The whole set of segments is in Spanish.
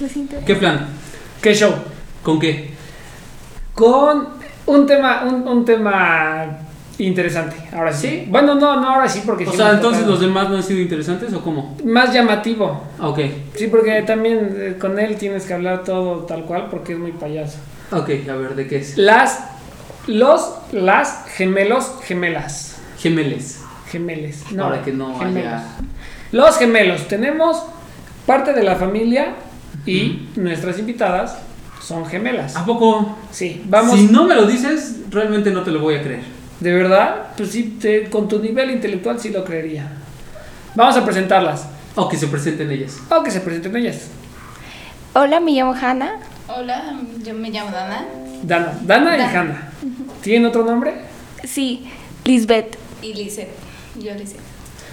la cinta. ¿Qué plan? ¿Qué show? ¿Con qué? Con un tema, un, un tema interesante. Ahora sí. ¿Sí? Bueno, no, no, ahora sí, porque O sí sea, nos entonces los tocaron. demás no han sido interesantes o cómo? Más llamativo. Ah, Ok, Sí, porque también eh, con él tienes que hablar todo tal cual porque es muy payaso. ok, a ver, ¿de qué es? Las, los, las gemelos, gemelas. Gemeles. Gemeles. No, No, Para que no gemelos. haya. Los gemelos. Tenemos parte de la familia y nuestras invitadas son gemelas. ¿A poco? Sí, vamos. Si no me lo dices, realmente no te lo voy a creer. ¿De verdad? Pues sí, te- con tu nivel intelectual sí lo creería. Vamos a presentarlas. O que se presenten ellas. O que se presenten ellas. Hola, me llamo Hanna. Hola, yo me llamo Dana Dana. Dana y Dana. Hanna. ¿Tienen otro nombre? Sí, Lisbeth. y Lisette. Yo Lisette.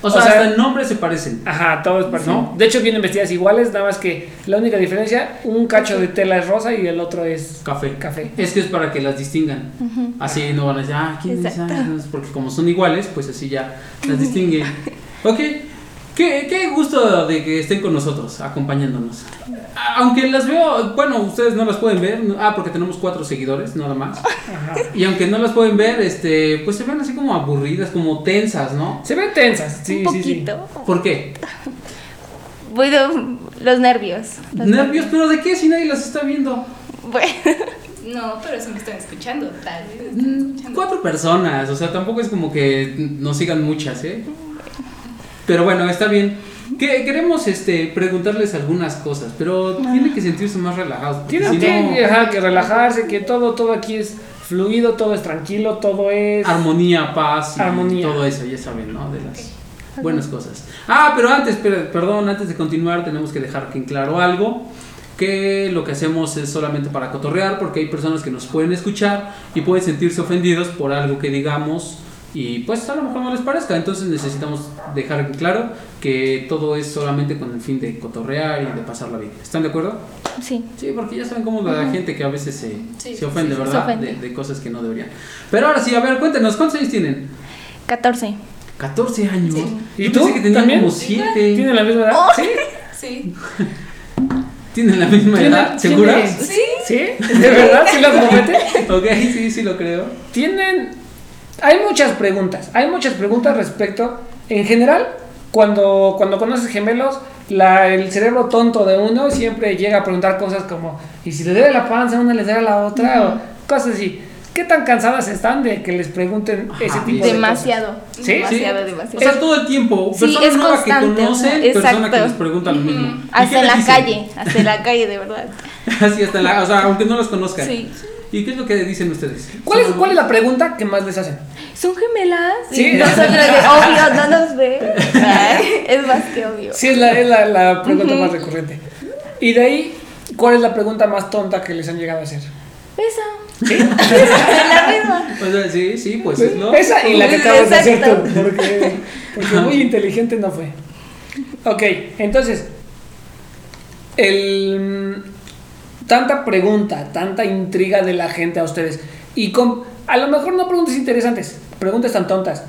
O sea, O sea- hasta el nombre se parecen. Ajá, todo es parecido. De hecho, vienen vestidas iguales, nada más que la única diferencia, un cacho de tela es rosa y el otro es Café. café. Es que es para que las distingan. Así no van a decir, ah, ¿quién es? Exacto. Ah, no, es Porque como son iguales, pues así ya las distinguen. ok. Qué, qué gusto de que estén con nosotros, acompañándonos. Aunque las veo, bueno, ustedes no las pueden ver. no- Ah, porque tenemos cuatro seguidores, nada más. Ajá. Y aunque no las pueden ver, este, pues se ven así como aburridas, como tensas, ¿no? Se ven tensas, sí, Un sí, sí. poquito. ¿Por qué? Bueno, los nervios. Los ¿Nervios? ¿Pero de qué si nadie las está viendo? Bueno, No, pero se me están escuchando, tal vez. me están Mm, escuchando. Cuatro personas, o sea, tampoco es como que nos sigan muchas, ¿eh? Pero bueno, está bien. Que- queremos este, preguntarles algunas cosas, pero tienen que sentirse más relajados. porque Tienen si tienen que, no, ajá, que relajarse, que todo, todo aquí es fluido, todo es tranquilo, todo es... armonía, paz y Pues, Armonía. todo eso, ya saben, ¿no? De las buenas cosas. Ah, pero antes, per- perdón, antes de continuar, tenemos que dejar en claro algo. Que lo que hacemos es solamente para cotorrear, porque hay personas que nos pueden escuchar y pueden sentirse ofendidos por algo que digamos. Y pues a lo mejor no les parezca, entonces necesitamos dejar en claro que todo es solamente con el fin de cotorrear y de pasarla bien. ¿Están de acuerdo? sí. Sí, porque ya saben cómo la gente que a veces se, Sí, se ofende, sí, ¿verdad? se ofende. De, de cosas que no deberían. Pero ahora sí, a ver, cuéntenos, ¿cuántos años tienen? 14. 14 años. ¿Y Yo tú? pensé que tenían ¿También? como 7. ¿Tienen la misma edad? Oh. ¿Sí? Sí. ¿Tienen la misma ¿Tienen- edad? ¿Seguras? tienen- Sí. ¿Sí? ¿De verdad? ¿Sí las prometen? Ok, sí, sí lo creo. tienen. Hay muchas preguntas. Hay muchas preguntas respecto. En general, cuando, cuando conoces gemelos, la- el cerebro tonto de uno siempre llega a preguntar cosas como: ¿y si le duele la panza a una, le duele a la otra? O cosas así. ¿Qué tan cansadas están de que les pregunten Ajá, ese tipo de cosas? Demasiado. ¿Sí? Sí. Demasiado, O demasiado. sea, todo el tiempo. Sí, Persona es nueva constante, que conocen, persona que exacto. les pregunta lo mismo. ¿Y qué hasta en les la dicen? calle. Hasta en la calle, de verdad. Así, hasta en la O sea, aunque no los conozcan. Sí. ¿Y qué es lo que dicen ustedes? ¿Cuál es, Son- cuál es la pregunta que más les hacen? ¿Son gemelas? Sí. Y nosotros de, obvio, no nos ve. Ay, es más que obvio. Sí, es la, es la, la pregunta más recurrente. Y de ahí, ¿cuál es la pregunta más tonta que les han llegado a hacer? Esa. Esa, es la misma. O sea, sí, sí, pues es lo. Esa y la que acabas de hacer Exacto. tú, porque, porque muy inteligente no fue. Ok, entonces, el, mm, tanta pregunta, tanta intriga de la gente a ustedes, y con, a lo mejor no preguntas interesantes, preguntas tan tontas.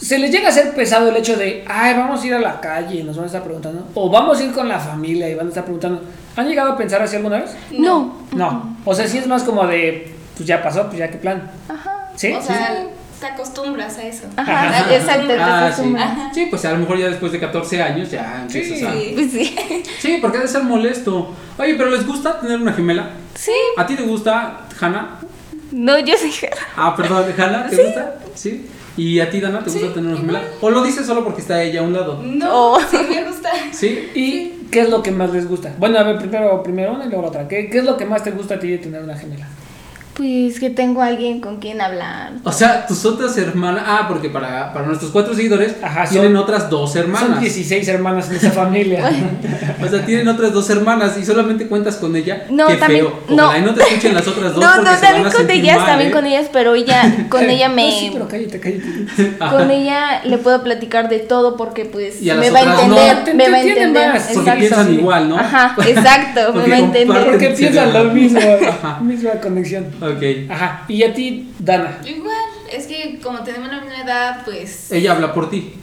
¿Se les llega a ser pesado el hecho de, ay, vamos a ir a la calle y nos van a estar preguntando? ¿O vamos a ir con la familia y van a estar preguntando? ¿Han llegado a pensar así alguna vez? No. No. O sea, sí es más como de, pues ya pasó, pues ya qué plan. Ajá. ¿Sí? O sea, te acostumbras a eso. Ajá, Ajá. exacto. te Ah, sí. acostumbras. Sí, pues a lo mejor ya después de 14 años ya empiezas a. Sí. Pues sí. Sí, porque ha de ser molesto. Oye, pero ¿les gusta tener una gemela? Sí. ¿A ti te gusta, Hanna? No, yo soy gemela. Ah, perdón, Hanna, ¿te gusta? Sí. ¿Y a ti, Dana, te gusta tener una gemela? ¿O lo dices solo porque está ella a un lado? No, Oh. sí me gusta. Sí. ¿Y qué es lo que más les gusta? Bueno, a ver, primero, primero una y luego la otra. ¿Qué, qué es lo que más te gusta a ti de tener una gemela? Pues que tengo alguien con quien hablar. O sea, tus otras hermanas. Ah, porque para, para nuestros cuatro seguidores Ajá, son- tienen otras dos Son hermanas. 16 hermanas en esa familia. O sea, tienen otras dos hermanas y solamente cuentas con ella. No, Qué también- feo. no. Ojalá y no te escuchen las otras dos. No, porque no, se van también a con sentir ellas, mal, también ¿eh? con ellas, pero ella, con ella No, sí, me, pero cállate, cállate. con ella le puedo platicar de todo porque pues Y a me las va a otras no. entender, Te- me te va a entienden entender, más, Porque exacto. piensan igual, ¿no? Ajá, exacto, me Porque va a entender. comparten- Porque piensan lo mismo, Ajá. misma conexión. Ok. Ajá, y a ti, Dana. Igual, es que como tenemos la misma edad, pues Ella habla por ti.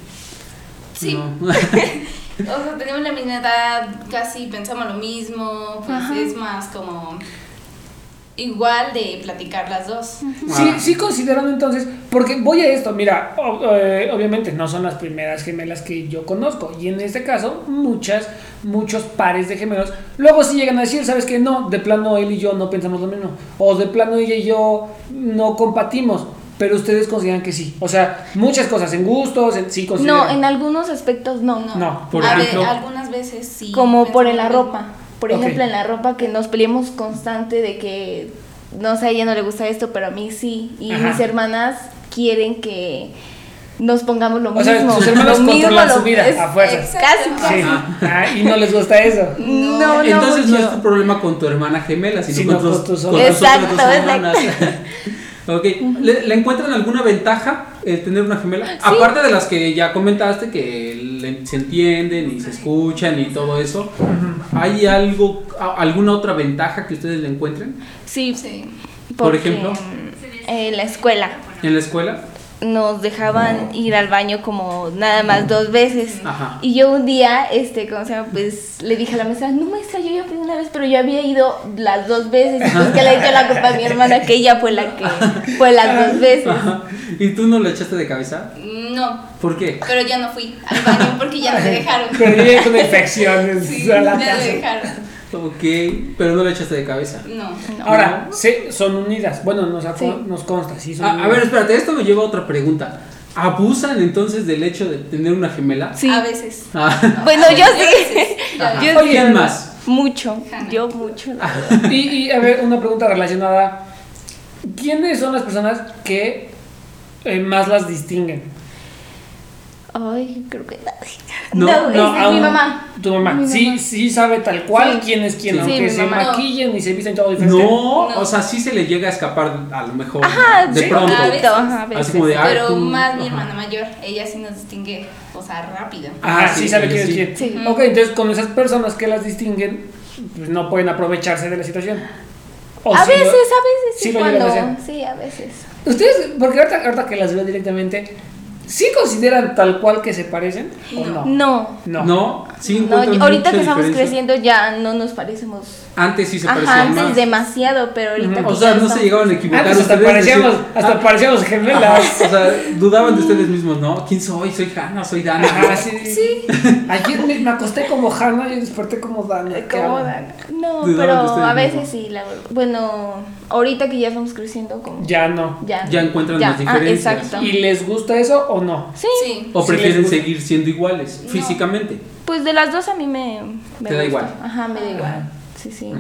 sí. No. O sea, tenemos la misma edad, casi pensamos lo mismo, pues Ajá. es más como igual de platicar las dos. Sí, Ah. sí considerando entonces, porque voy a esto, mira, o- eh, obviamente no son las primeras gemelas que yo conozco, y en este caso muchas, muchos pares de gemelos, luego sí llegan a decir, sabes que no, de plano él y yo no pensamos lo mismo, o de plano ella y yo no compartimos, pero ustedes consideran que sí, o sea, muchas cosas, en gustos, en, sí consideran. No, en algunos aspectos no. No, por A ve- ejemplo- algunas veces sí. Como por en la pensamos lo ropa. mismo. Por Ok. ejemplo, en la ropa que nos peleamos constante de que, no sé, a ella no le gusta esto, pero a mí sí. Y Ajá. mis hermanas quieren que nos pongamos lo O sea, mismo. tus hermanas lo mismo, controlan su lo- vida, a fuerza. Casi, Exacto. casi. Sí, ah, y no les gusta eso. No, no, Entonces no mucho. es tu problema con tu hermana gemela, sino, Sino con, tus, con tus con tus Exacto, otras dos exacto. hermanas. ok, ¿Le, le encuentran alguna ventaja el tener una gemela? Aparte de las que ya comentaste, que le- se entienden y se escuchan y todo eso, ¿hay algo, a- alguna otra ventaja que ustedes le encuentren Sí, Sí. Por porque, ejemplo. mm, En la escuela en la escuela? nos dejaban ir al baño como nada más dos veces. Ajá. Y yo un día, este, ¿cómo se llama? Pues le dije a la maestra, no maestra, yo ya fui una vez, pero yo había ido las dos veces. Y pues que le eché la culpa a mi hermana, que ella fue la que fue las dos veces. Ajá. ¿Y tú no la echaste de cabeza? No, ¿Por qué? pero yo no fui al baño porque ya no me dejaron. Pero llegan con infecciones Sí, a ya la me casa. dejaron. Ok, pero no la echaste de cabeza. No. Ahora, se- son unidas. Bueno, nos, aco- Sí. nos consta, sí, son A, Ah, a unidas. ver, espérate, esto me lleva a otra pregunta. ¿Abusan entonces del hecho de tener una gemela? Sí. A veces. Ah, Bueno, yo sí. ajá. Yo sí. ¿Quién más? Mucho, Jana. yo mucho. la verdad. Y, y, a ver, una pregunta relacionada. ¿Quiénes son las personas que eh, más las distinguen? Ay, creo que nadie. No, No, esa es aún- mi mamá. Tu mamá. Mi sí, mamá. sí sabe tal cual Sí. quién es Sí. quién, Sí, aunque mi se mamá. maquillen y se visten todo diferente. No, No. o sea, sí se le llega a escapar a lo mejor Ajá, de sí, pronto. un poquito, ajá, a Así veces. como de, ah, Pero tú- más mi ajá. hermana mayor, ella sí nos distingue, o sea, rápido. Ah, Ah, sí, sí, sabe sí, quién es sí. quién. Sí. Ok, entonces con esas personas que las distinguen, pues, no pueden aprovecharse de la situación. O "Oh, A sí lo- veces, a veces, sí sí, lo llegan a cuando. hacer. Sí, a veces. Ustedes, porque ahorita, ahorita que las veo directamente, ¿sí consideran tal cual que se parecen? ¿O no? No. No. No, sí No, encuentran ahorita mucha que estamos diferencia. creciendo ya no nos parecemos. Antes sí se Ajá, parecían antes más. demasiado, pero ahorita. O que sea, ya no se son- llegaban a equivocar. Antes Ah, pues hasta ustedes, decían- parecíamos, hasta Ah, parecíamos gemelas. O sea, dudaban de ustedes mismos, ¿no? ¿Quién soy? Soy Hanna, soy Dana. Ajá, sí. Ah, Ayer me, me acosté como Hannah y desperté como Dana. ¿qué hago? Cómoda. No, Dudaban de pero ustedes a veces mismos. sí. La, bueno, ahorita que ya estamos creciendo, como. Ya no. Ya, Ya encuentran las ah, diferencias. exacto. ¿Y les gusta eso o no? Sí, Sí. O Sí les prefieren gusta. seguir siendo iguales No. físicamente. pues de las dos a mí me. me Te da gusta. igual. Ajá, me da igual. Sí, sí.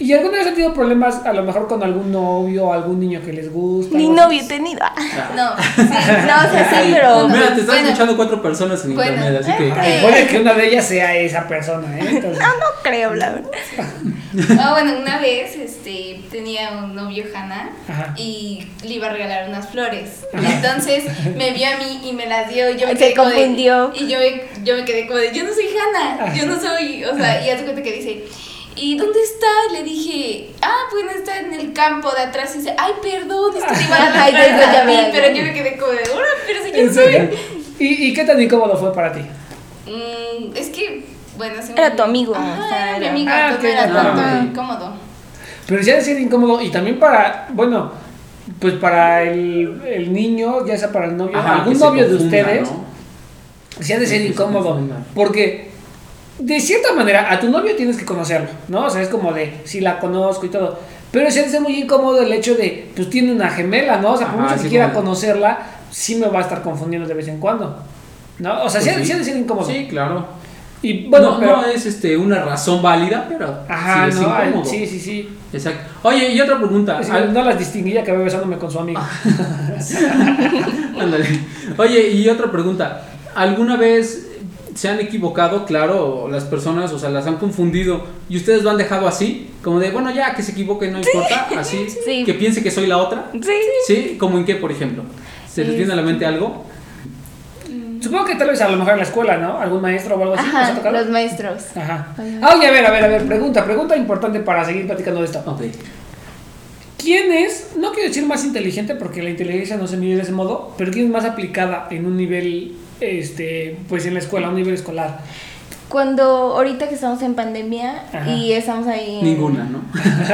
¿Y alguna vez han tenido problemas a lo mejor con algún novio o algún niño que les gusta? Ni algo así? novio he tenido. Ah. No, No, o sea, sí, Ay, pero. Mira, te están Bueno. escuchando cuatro personas en Bueno. internet, así Eh, que. Ay, puede que una de ellas sea esa persona, ¿eh? Entonces, No, no creo, la verdad. Ah, bueno, una vez este, tenía un novio Hanna Ajá. y le iba a regalar unas flores. Entonces me vio a mí y me las dio. y Yo me Se quedé como de- confundió. y yo me, yo me quedé como de, yo no soy Hanna, yo no soy. O sea, y hace cuenta que dice, ¿y dónde está? Y le dije, ah, bueno, está en el campo de atrás. Y dice, ay, perdón, es que te iba a dar Ay, flores ya, ya, a mí", ya, ya. Pero yo me quedé como de, ahora, pero si yo no ¿En soy. serio? ¿Y, y qué tan incómodo fue para ti? Mm, es que, bueno, sí me- Era tu amigo, Ajá, o sea, era mi era- amigo, Ah, entonces ok, no era ah, tanto ok. incómodo. Pero sí ha de ser incómodo y también para, bueno, pues para el, el niño, ya sea para el novio, Ajá, algún que se novio de confunda, ustedes, ¿no? sí ha de ser Que se incómodo. confunda. Porque, de cierta manera, a tu novio tienes que conocerlo, ¿no? O sea, es como de, si la conozco y todo. Pero sí ha de ser muy incómodo el hecho de, pues tiene una gemela, ¿no? O sea, por Ajá, mucho sí, que quiera como de- conocerla, sí me va a estar confundiendo de vez en cuando. ¿No? O sea, sí, ha- Pues sí ha de ser incómodo. Sí, claro. Y bueno, no, pero- no es este, una razón válida, pero Ajá, sí es no, ay, incómodo. sí, sí, sí. Exacto. Oye, y otra pregunta. Sí, Al- no las distinguía que había besándome con su amigo. ándale. Oye, y otra pregunta. ¿Alguna vez se han equivocado, claro, las personas, o sea, las han confundido y ustedes lo han dejado así? Como de, bueno, ya que se equivoque, no importa, así, Sí. que piense que soy la otra. Sí. ¿Sí? ¿Como en qué, por ejemplo? ¿Se les viene a la mente algo? Supongo que tal vez a lo mejor en la escuela, ¿no? ¿Algún maestro o algo así? ¿Nos ha Ajá, tocado? los maestros. Ajá. Ay, Ah, oye, a ver, a ver, a ver, pregunta, pregunta importante para seguir platicando de esto. Ok. ¿Quién es, no quiero decir más inteligente porque la inteligencia no se mide de ese modo, pero quién es más aplicada en un nivel, este, pues en la escuela, a un nivel escolar? Cuando ahorita que estamos en pandemia Ajá. y estamos ahí. en- Ninguna, ¿no?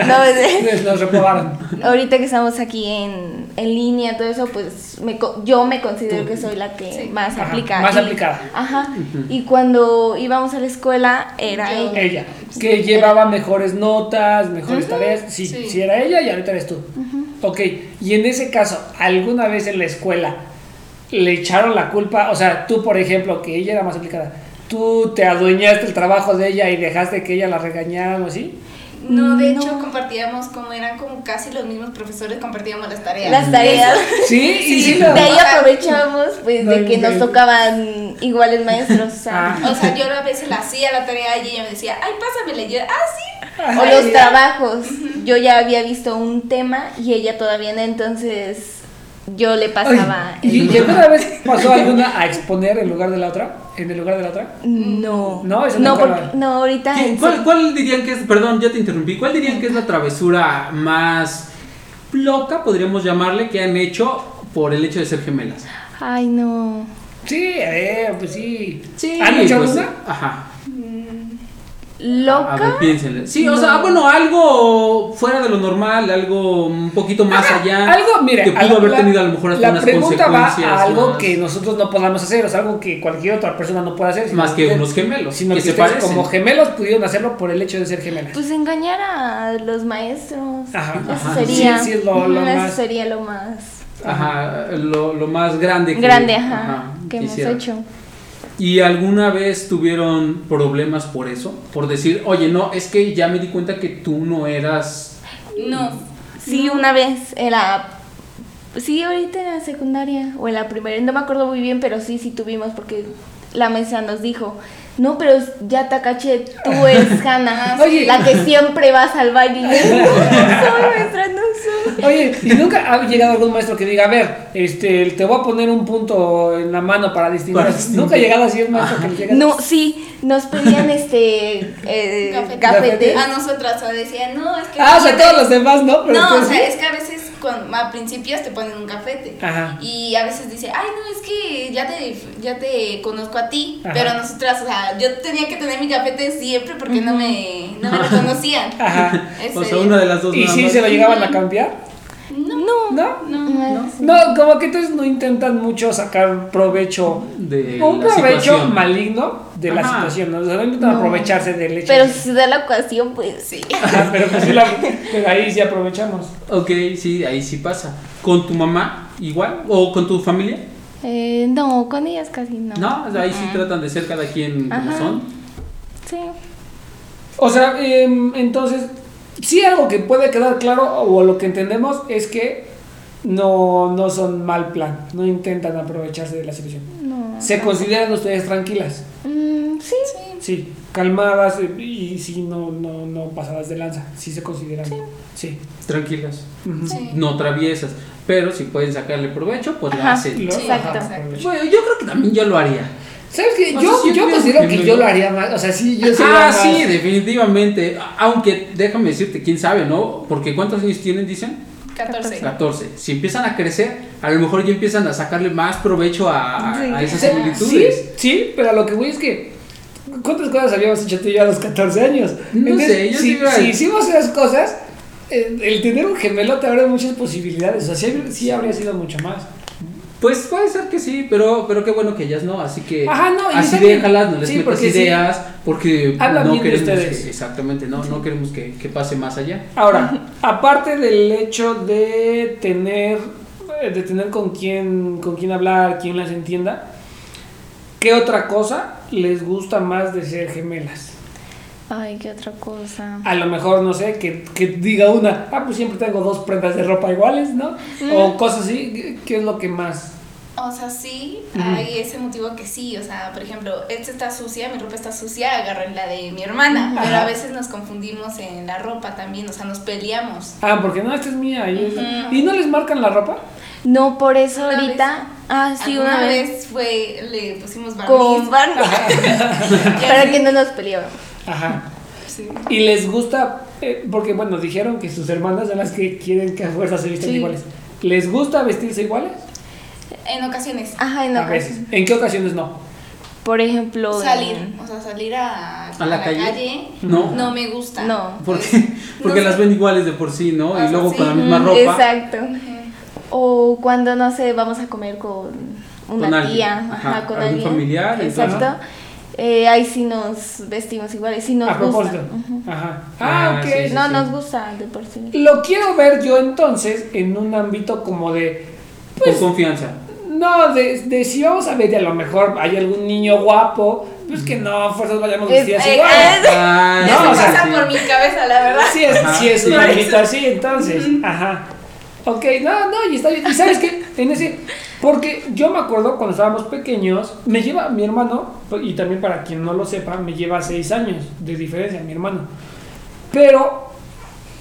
No, es- Pues Nos reprobaron. ahorita que estamos aquí en, en línea, todo eso, pues me co- yo me considero que soy la que Sí. más Ajá, aplica. más Y- aplicada. Ajá. Y cuando íbamos a la escuela era Yo. ella. Ella, que llevaba mejores notas, mejores tareas. Si, sí. si era ella, y ahorita eres tú. Ok, y en ese caso, ¿alguna vez en la escuela le echaron la culpa? O sea, tú, por ejemplo, que ella era más aplicada, tú te adueñaste el trabajo de ella y dejaste que ella la regañara o así. No, de No. hecho compartíamos como eran como casi los mismos profesores, compartíamos las tareas. Las tareas. Sí, y sí, Sí, De la- ahí aprovechábamos pues No de que nos inventes. tocaban iguales maestros. o sea, O sea, yo a veces la hacía la tarea y ella me decía, ay, pásamela. Y yo, ah, sí. O los trabajos. Yo ya había visto un tema y ella todavía no, entonces yo le Ay, pasaba. el- ¿Y, y alguna vez pasó alguna a exponer en lugar de la otra? ¿En el lugar de la otra? No. No, eso no, nunca porque- lo- no, ahorita. ¿Quién- en- ¿Cuál, cuál dirían que es, perdón, ya te interrumpí, cuál dirían que es la travesura más loca, podríamos llamarle, que han hecho por el hecho de ser gemelas? Ay, no. Sí, eh, pues sí. Sí. ¿Han hecho pues, alguna? Ajá. A Loca. ver, piénsenle. Sí, o No. sea, bueno, algo fuera de lo normal, algo un poquito más allá. Ah, Algo, mira, que pudo algo- haber la- tenido a lo mejor hasta la unas pregunta va consecuencias. a algo más- que nosotros no podamos hacer, o sea, algo que cualquier otra persona no puede hacer. sino Más que unos gemelos, sino que que, se ustedes parecen. como gemelos pudieron hacerlo por el hecho de ser gemelas. Pues engañar a los maestros. Ajá, Eso ajá. sería. Sí, sí, es lo- lo Ujú, eso más- sería lo más Ajá, lo, lo más grande. que- grande, ajá, que hemos hicieron. hecho. ¿Y alguna vez tuvieron problemas por eso? Por decir, oye, no, es que ya me di cuenta que tú no eras... No. Sí, una vez era. Sí, ahorita en la secundaria o en la primaria, no me acuerdo muy bien, pero sí, sí tuvimos porque la mesa nos dijo, no, pero ya Takache, tú eres Hannah, Oye. la que siempre vas al baile. Y yo, no soy maestra, no soy. Oye, ¿y nunca ha llegado algún maestro que diga, a ver, este, te voy a poner un punto en la mano para distinguir? Para distinguir. Nunca ha llegado así un maestro que le llega No, sí, nos pedían este eh, Cafete. cafete. A nosotras, o decía, no, es que. Ah, o sea, todos los demás, ¿no? Pero No, o pues, ustedes sí. sea, es que a veces con, a principios te ponen un cafete. Ajá. Y a veces dice, ay, no, es que ya te, ya te conozco a ti. Ajá. Pero nosotras, o sea, yo tenía que tener mi cafete siempre porque no me, no me reconocían. Ajá. Ese O sea, una de las dos. ¿Y nada sí más. se lo llegaban a cambiar? No, ¿No? no, sí. No, como que entonces no intentan mucho sacar provecho De un la provecho situación. maligno de la Ajá. situación, ¿no? O sea, no intentan No. aprovecharse del hecho. Pero si se da la ocasión, pues sí. Ajá, pero pues sí la- pero ahí sí aprovechamos. Ok, sí, ahí sí pasa. ¿Con tu mamá igual? ¿O con tu familia? Eh, no, con ellas casi no. No, o sea, ahí sí tratan de ser cada quien como Ajá. son. Sí. O sea, em, entonces, sí algo que puede quedar claro o lo que entendemos es que no, no son mal plan, no intentan aprovecharse de la situación. No. Se consideran ustedes tranquilas, Mm, sí. sí, calmadas eh, y sí, no, no, no pasadas de lanza, sí se consideran. Sí. Tranquilas. Ujú. Sí. No traviesas. Pero si pueden sacarle provecho, pues lo Ajá. hacen. Lo- Sí, exacto. ajá, aprovechan. Bueno, yo creo que también yo lo haría. ¿Sabes qué? O yo sea, sí, yo yo considero creo que que- yo lo haría más. O sea, sí, yo sería Ah, más- sí, definitivamente. Aunque déjame decirte, quién sabe, ¿no? Porque ¿cuántos años tienen, dicen? 14. 14. Si empiezan a crecer, a lo mejor ya empiezan a sacarle más provecho a, ah, a- Sí. a esas Sí, Sí, similitudes. sí, pero a lo que voy es que. ¿Cuántas cosas habíamos hecho tú y yo a los 14 años? No sé, yo si, sí iba a- si hicimos esas cosas, eh, el tener un gemelo te abre muchas posibilidades. O sea, sí, sí habría sido mucho más. Pues puede ser que sí, pero, pero qué bueno que ellas no, así que Ajá, no, y así está bien. déjalas, no les Sí, metas porque sí. ideas, porque Habla no bien de queremos ustedes. que, exactamente, no, no queremos que, que pase más allá. Ahora, aparte del hecho de tener eh, de tener con quién con quién hablar, quién las entienda, ¿qué otra cosa les gusta más de ser gemelas? Ay, qué otra cosa. A lo mejor, no sé, que, que diga una, ah, pues siempre tengo dos prendas de ropa iguales, ¿no? O cosas así, ¿qué es lo que más? O sea, sí, hay ese motivo que sí. O sea, por ejemplo, esta está sucia, mi ropa está sucia, agarren la de mi hermana. Ajá. Pero a veces nos confundimos en la ropa también, o sea, nos peleamos. Ah, porque no, esta es mía. Y, esta- Ujú. ¿Y no les marcan la ropa? No, por eso Una ahorita. vez. Ah, sí, una vez. fue, le pusimos barniz. Con Barbie. Para que no nos pelearon. Ajá. Sí. Y les gusta, eh, porque bueno, dijeron que sus hermanas son las que quieren que a fuerza se vistan Sí. iguales. ¿Les gusta vestirse iguales? En ocasiones. Ajá, en a veces. ocasión. ¿En qué ocasiones no? Por ejemplo, Salir, en- o sea, salir a, ¿A la calle? No. no. me gusta. No. ¿Por Es- qué? Porque no las sé. ven iguales de por sí, ¿no? Ah, Y luego sí. con la misma Mm, ropa. Exacto. O cuando, no sé, vamos a comer con una Con alguien, tía, ajá, ajá, con algún alguien. familiar, entonces, Exacto. Eh, ahí sí nos vestimos iguales, sí nos a gusta. propósito. Ujú. Ajá. Ah, Ah, ok. sí, sí. No, nos gusta de por sí. Lo quiero ver yo entonces en un ámbito como de. Pues, con confianza. no, de, de si vamos a ver, a lo mejor hay algún niño guapo, pues que no, a fuerzas vayamos Es- vestidas eh, iguales. Ah, Eso No, o sea, pasa por mi cabeza, la verdad. Sí, es, Ajá, sí es sí. un ámbito así, entonces. Ajá. Ok, no, no, y está bien. ¿Y sabes qué? En ese. Porque yo me acuerdo cuando estábamos pequeños, me lleva mi hermano, y también para quien no lo sepa, me lleva seis años de diferencia, mi hermano. Pero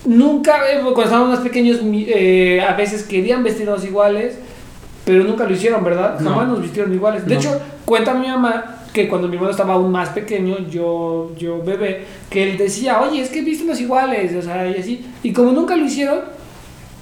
nunca, eh, cuando estábamos más pequeños, mi- eh, a veces querían vestirnos iguales, pero nunca lo hicieron, ¿verdad? No. Jamás nos vistieron iguales. De No. hecho, cuenta mi mamá que cuando mi hermano estaba aún más pequeño, yo, yo bebé, que él decía, oye, es que vístenos iguales, o sea, y así. Y como nunca lo hicieron,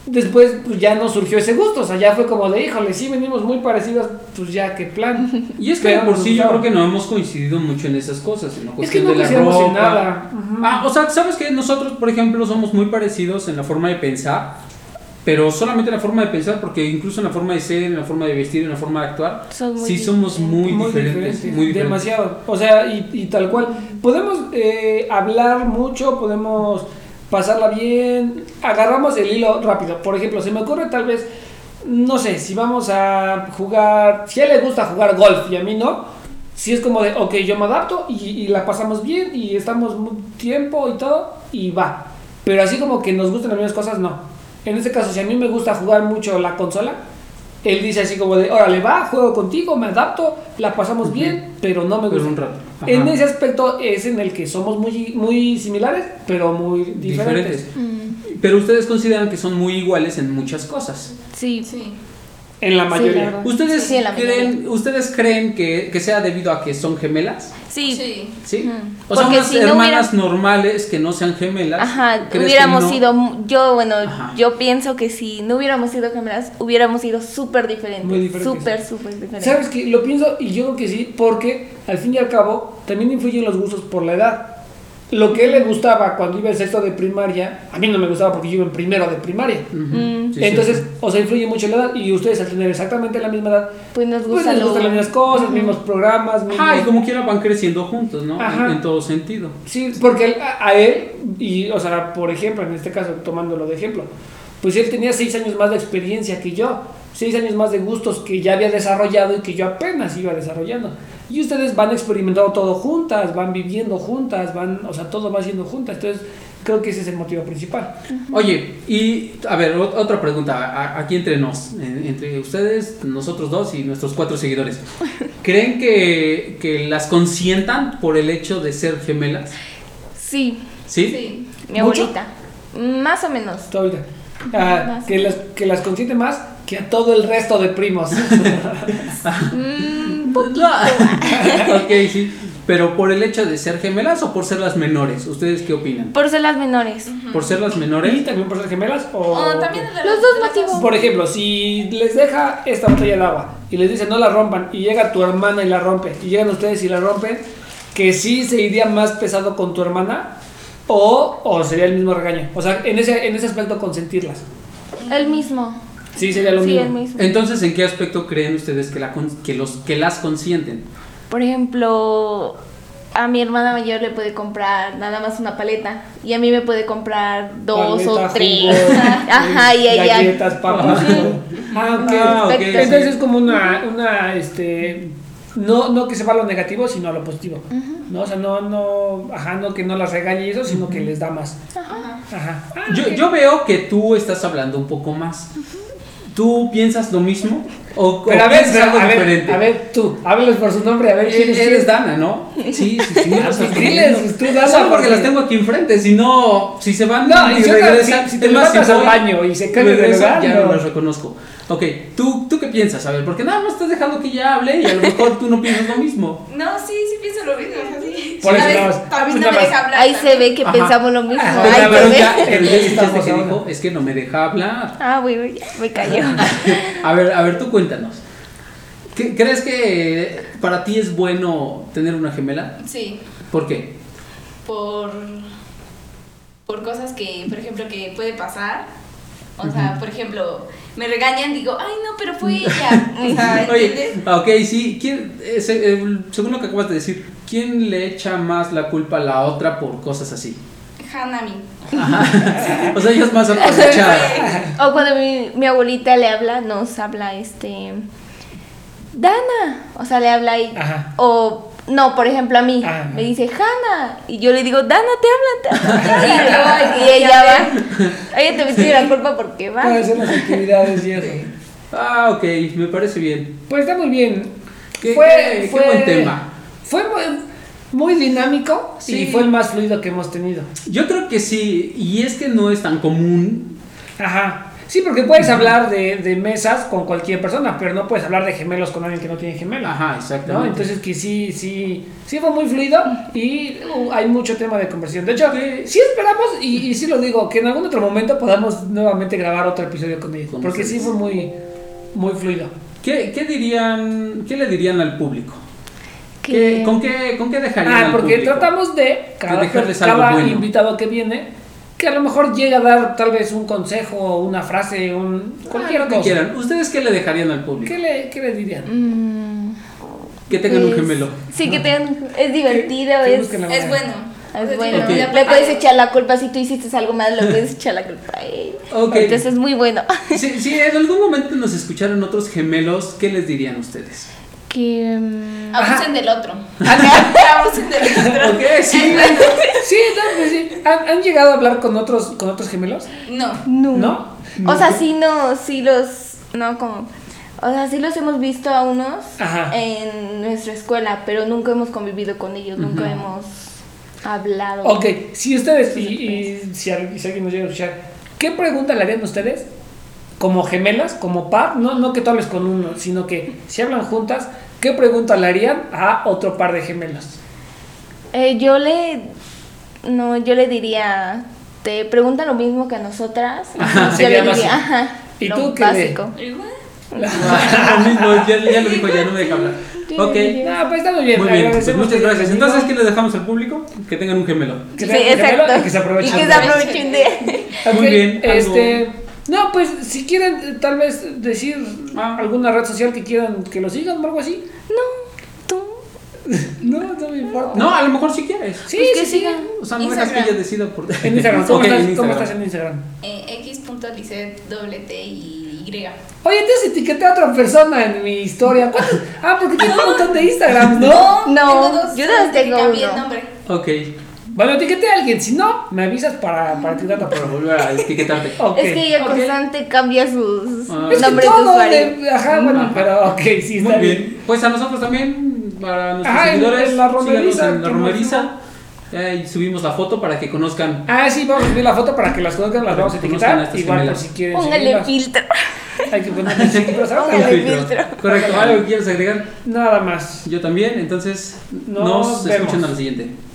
después pues, ya no surgió ese gusto, o sea, ya fue como de, híjole, sí, venimos muy parecidos, pues ya, qué plan. Y es que de Pero por nos sí yo gustaba. creo que no hemos coincidido mucho en esas cosas, en la Es que cuestión no de la coincidimos ropa. en nada. Ah, o sea, sabes que nosotros, por ejemplo, somos muy parecidos en la forma de pensar, pero solamente en la forma de pensar, porque incluso en la forma de ser, en la forma de vestir, en la forma de actuar, Son muy sí somos muy, diferentes, muy diferentes. Demasiado. O sea, y, y tal cual. Podemos eh, hablar mucho, podemos pasarla bien. Agarramos el hilo rápido. Por ejemplo, se me ocurre tal vez, no sé, si vamos a jugar, si a él le gusta jugar golf y a mí no. Si es como de, ok, yo me adapto y, y la pasamos bien y estamos mu- tiempo y todo y va. Pero así como que nos gustan las mismas cosas, no. En este caso, si a mí me gusta jugar mucho la consola, él dice así como de, órale, va, juego contigo, me adapto, la pasamos bien, pero no me Pero gusta. un rato. Ajá. En ese aspecto es en el que somos muy, muy similares, pero muy diferentes. diferentes. Pero ustedes consideran que son muy iguales en muchas cosas. Sí. Sí. En la Sí, mayoría. la verdad. ¿Ustedes Sí, en la creen, ¿ustedes creen que, que sea debido a que son gemelas? Sí. Sí. ¿Sí? Ujú. O sea, Porque unas si no hermanas normales que no sean gemelas. Ajá, ¿crees que hubiéramos no? sido, mu- yo, bueno, Ajá. yo pienso que si no hubiéramos sido gemelas, hubiéramos sido súper diferentes. Muy diferentes. Súper, súper diferentes. ¿Sabes qué? Lo pienso y yo creo que sí, porque al fin y al cabo también influyen los gustos por la edad. Lo que a él le gustaba cuando iba en sexto de primaria, a mí no me gustaba porque yo iba en primero de primaria. Mm. Ujú, sí, sí. Entonces, o sea, influye mucho la edad y ustedes al tener exactamente la misma edad, Pues nos pues gusta les lo- gustan las mismas cosas, mismos programas, mismos... Ajá, y como quiera van creciendo juntos, ¿no? Ajá. En, en todo sentido. Sí, porque él- a, a él, y, o sea, por ejemplo, en este caso, tomándolo de ejemplo, pues él tenía seis años más de experiencia que yo, seis años más de gustos que ya había desarrollado y que yo apenas iba desarrollando. Y ustedes van experimentando todo juntas, van viviendo juntas, van, o sea, todo va siendo juntas. Entonces, creo que ese es el motivo principal. Oye, y a ver, o- otra pregunta, a- aquí entre nos, en- entre ustedes, nosotros dos y nuestros cuatro seguidores. ¿Creen que, que las consientan por el hecho de ser gemelas? Sí, ¿Sí? Sí. mi ¿Mucho? abuelita. Más o menos. Hasta ahorita. Ah, Más. que las, que las consiente más que a todo el resto de primos. Mm, No. ok, sí. Pero por el hecho de ser gemelas o por ser las menores, ¿ustedes qué opinan? por ser las menores. ¿Por ser las ¿Y menores? también por ser gemelas? O, O también de Los las- dos de las- motivos. Por ejemplo, si les deja esta botella de agua y les dice no la rompan y llega tu hermana y la rompe y llegan ustedes y la rompen, que sí se iría más pesado con tu hermana o, o sería el mismo regaño. O sea, en ese, en ese aspecto consentirlas. El mismo. Sí, sería lo sí, el mismo. mismo. Entonces, ¿en qué aspecto creen ustedes que, la cons- que, los, que las consienten? Por ejemplo, a mi hermana mayor le puede comprar nada más una paleta y a mí me puede comprar dos Paleta, o tres. jugos, Ajá, y ella. eh, Galletas, papas. Ah, ok. Ah, ok, Perfecto. Entonces es como una, una este, no, no que se va a lo negativo, sino a lo positivo. ¿no? O sea, no, no, ajá, no que no las regañe y eso, sino que les da más. Ajá. Ajá. Ah, Yo, yo veo que tú estás hablando un poco más. ¿Tú piensas lo mismo? ¿O, o Pero a ver, piensas pero, algo a ver, diferente? Eh, a ver, tú, háblales por su nombre, a ver quién es. quién. Eres Dana, ¿no? Sí, sí, sí. Ah, o sea, pues diles, no. tú Dana, Solo porque porque- las tengo aquí enfrente, si no, si se van No, y y yo creo que regresan, si- si te es más, levantas al voy, baño y se cambian de regreso, lugar, ya no. no. las reconozco. Ok, ¿tú, ¿tú qué piensas? A ver, porque nada más estás dejando que ya hable y a lo mejor tú no piensas lo mismo. No, sí, sí pienso lo mismo. o sea, sí. Por eso A ver, nada más, a mí pues no nada me más. deja hablar. Ahí se ve que Ajá. pensamos lo mismo. Ajá. Ahí Pero, se pero ve. ya, pero ya escuchaste Estamos que ahora. dijo, es que no me deja hablar. Ah, güey, güey, ya me cayó. A ver, a ver, tú cuéntanos. ¿Qué- ¿Crees que para ti es bueno tener una gemela? Sí, ¿Por qué? por, por cosas que, por ejemplo, que puede pasar. O sea, por ejemplo, me regañan, digo, ay, no, pero Mm. fue ella. O sea, ¿entiendes? Oye, ah, ok, sí. ¿quién, eh, se- eh, según lo que acabas de decir, ¿quién le echa más la culpa a la otra por cosas así? Hanami. O sea, ella es más aprovechada. O cuando mi, mi abuelita le habla, nos habla este. Dana. O sea, le habla ahí. Ajá. O. No, por ejemplo, a mí Ajá. me dice Hanna y yo le digo, Dana, te hablan. Te Ay, hablan". y, ella va. Ella también tiene la culpa porque va. Puede ser las actividades y eso. Ah, ok, me parece bien. Pues está muy bien. Qué- qué- qué buen tema. Fue muy, muy dinámico Sí. y fue el más fluido que hemos tenido. Yo creo que sí, y es que no es tan común. Ajá. Sí, porque puedes hablar de, de mesas con cualquier persona, pero no puedes hablar de gemelos con alguien que no tiene gemelos. Ajá, ¿no? exactamente. Entonces que sí, sí, sí fue muy fluido y uh, hay mucho tema de conversación. De hecho, Sí. sí esperamos y, y sí lo digo, que en algún otro momento podamos nuevamente grabar otro episodio con ellos. Con Porque sí ustedes. fue muy, muy fluido. ¿Qué, qué dirían, qué le dirían al público? Que- ¿Qué- con, qué, ¿Con qué dejarían Ah, al porque público? tratamos de, cada, dejarles algo cada bueno. invitado que viene, que a lo mejor llega a dar tal vez un consejo, una frase, un cualquier Ah, lo que cosa. quieran. ¿Ustedes qué le dejarían al público? ¿Qué le, qué le dirían? Mm, Que tengan un pues, gemelo. Sí, que tengan. Es divertido, Que es. busquen la Es manera. bueno. Es Entonces, bueno, yo creo que Ok. la le puedes preparé. echar la culpa si tú hiciste algo mal, le puedes echar la culpa a él. Ok. Entonces es muy bueno. Si, si en algún momento nos escucharon otros gemelos, ¿qué les dirían ustedes? Que. mm, Abusen del otro. Abusen del otro. Ok, sí. Sí, tal vez sí. ¿Han, han llegado a hablar con otros, con otros gemelos? No. No. ¿No? O sea, sí, no, sí los. No, como. O sea, sí los hemos visto a unos Ajá. en nuestra escuela, pero nunca hemos convivido con ellos, nunca hemos hablado. Ok, si ustedes, y, y si, al- si alguien nos llega a escuchar, ¿qué pregunta le harían ustedes? Como gemelas, como par, no, no que tú hables con uno, sino que si hablan juntas, ¿qué pregunta le harían a otro par de gemelos? Eh, yo le. No, yo le diría. Te preguntan lo mismo que a nosotras. Ajá, yo le sería diría, básico. ajá. ¿Y lo tú qué le- básico. Igual. lo mismo, ya, ya lo dijo, ya no me deja hablar. Yo Ok. le diría- No, pues está muy bien. Muy bien, pues agradecemos muchas que hayan gracias. venido. Entonces, ¿qué le dejamos al público? Que tengan un gemelo. Que Sí, tengan un gemelo exacto. y que se aprovechen Y que se de- aprovechen de- Ok, Muy bien, algo- Este, no, pues si quieren eh, tal vez decir Ah. alguna red social que quieran que lo sigan o algo así. No, tú. No, no me importa. No, a lo mejor si quieres. Sí, Pues que sí, sí. sigan. O sea, no dejas que Instagram. ella decida por ti. En Instagram. ¿Cómo, Ok, estás, en cómo Instagram. estás en Instagram? Eh, X.Lisset, doble T y Y. Oye, entonces etiqueté a otra persona en mi historia. ¿Cuántos? Ah, porque tengo un montón de Instagram, ¿no? No, tengo dos, yo no antes de que tengo cambie uno. el nombre. Ok, Bueno, etiqueté a alguien. Si no, me avisas para, para etiquetar a para volver a etiquetarte. Ok, Es que ella ok. constante cambia sus Ah. Es nombres que de todo usuario. de- Mm, Ajá, bueno, pero ok, sí, Muy está bien. bien. Pues a nosotros también, para nuestros Ah, en- seguidores, en la síganos Romeriza, en la que romeriza. Eh, y subimos la foto para que conozcan. Ah, sí, vamos a subir la foto para que las conozcan, las Para vamos a que conozcan a etiquetar. estas Igual por gemelas. si quieren. Póngale seguirlas. filtro. Hay que ponerle filtros, ¿sabes? Póngale Un filtro. filtro. Correcto, ¿algo que quieres agregar? Nada más. Yo también, entonces Nos nos, escuchan vemos. a la siguiente.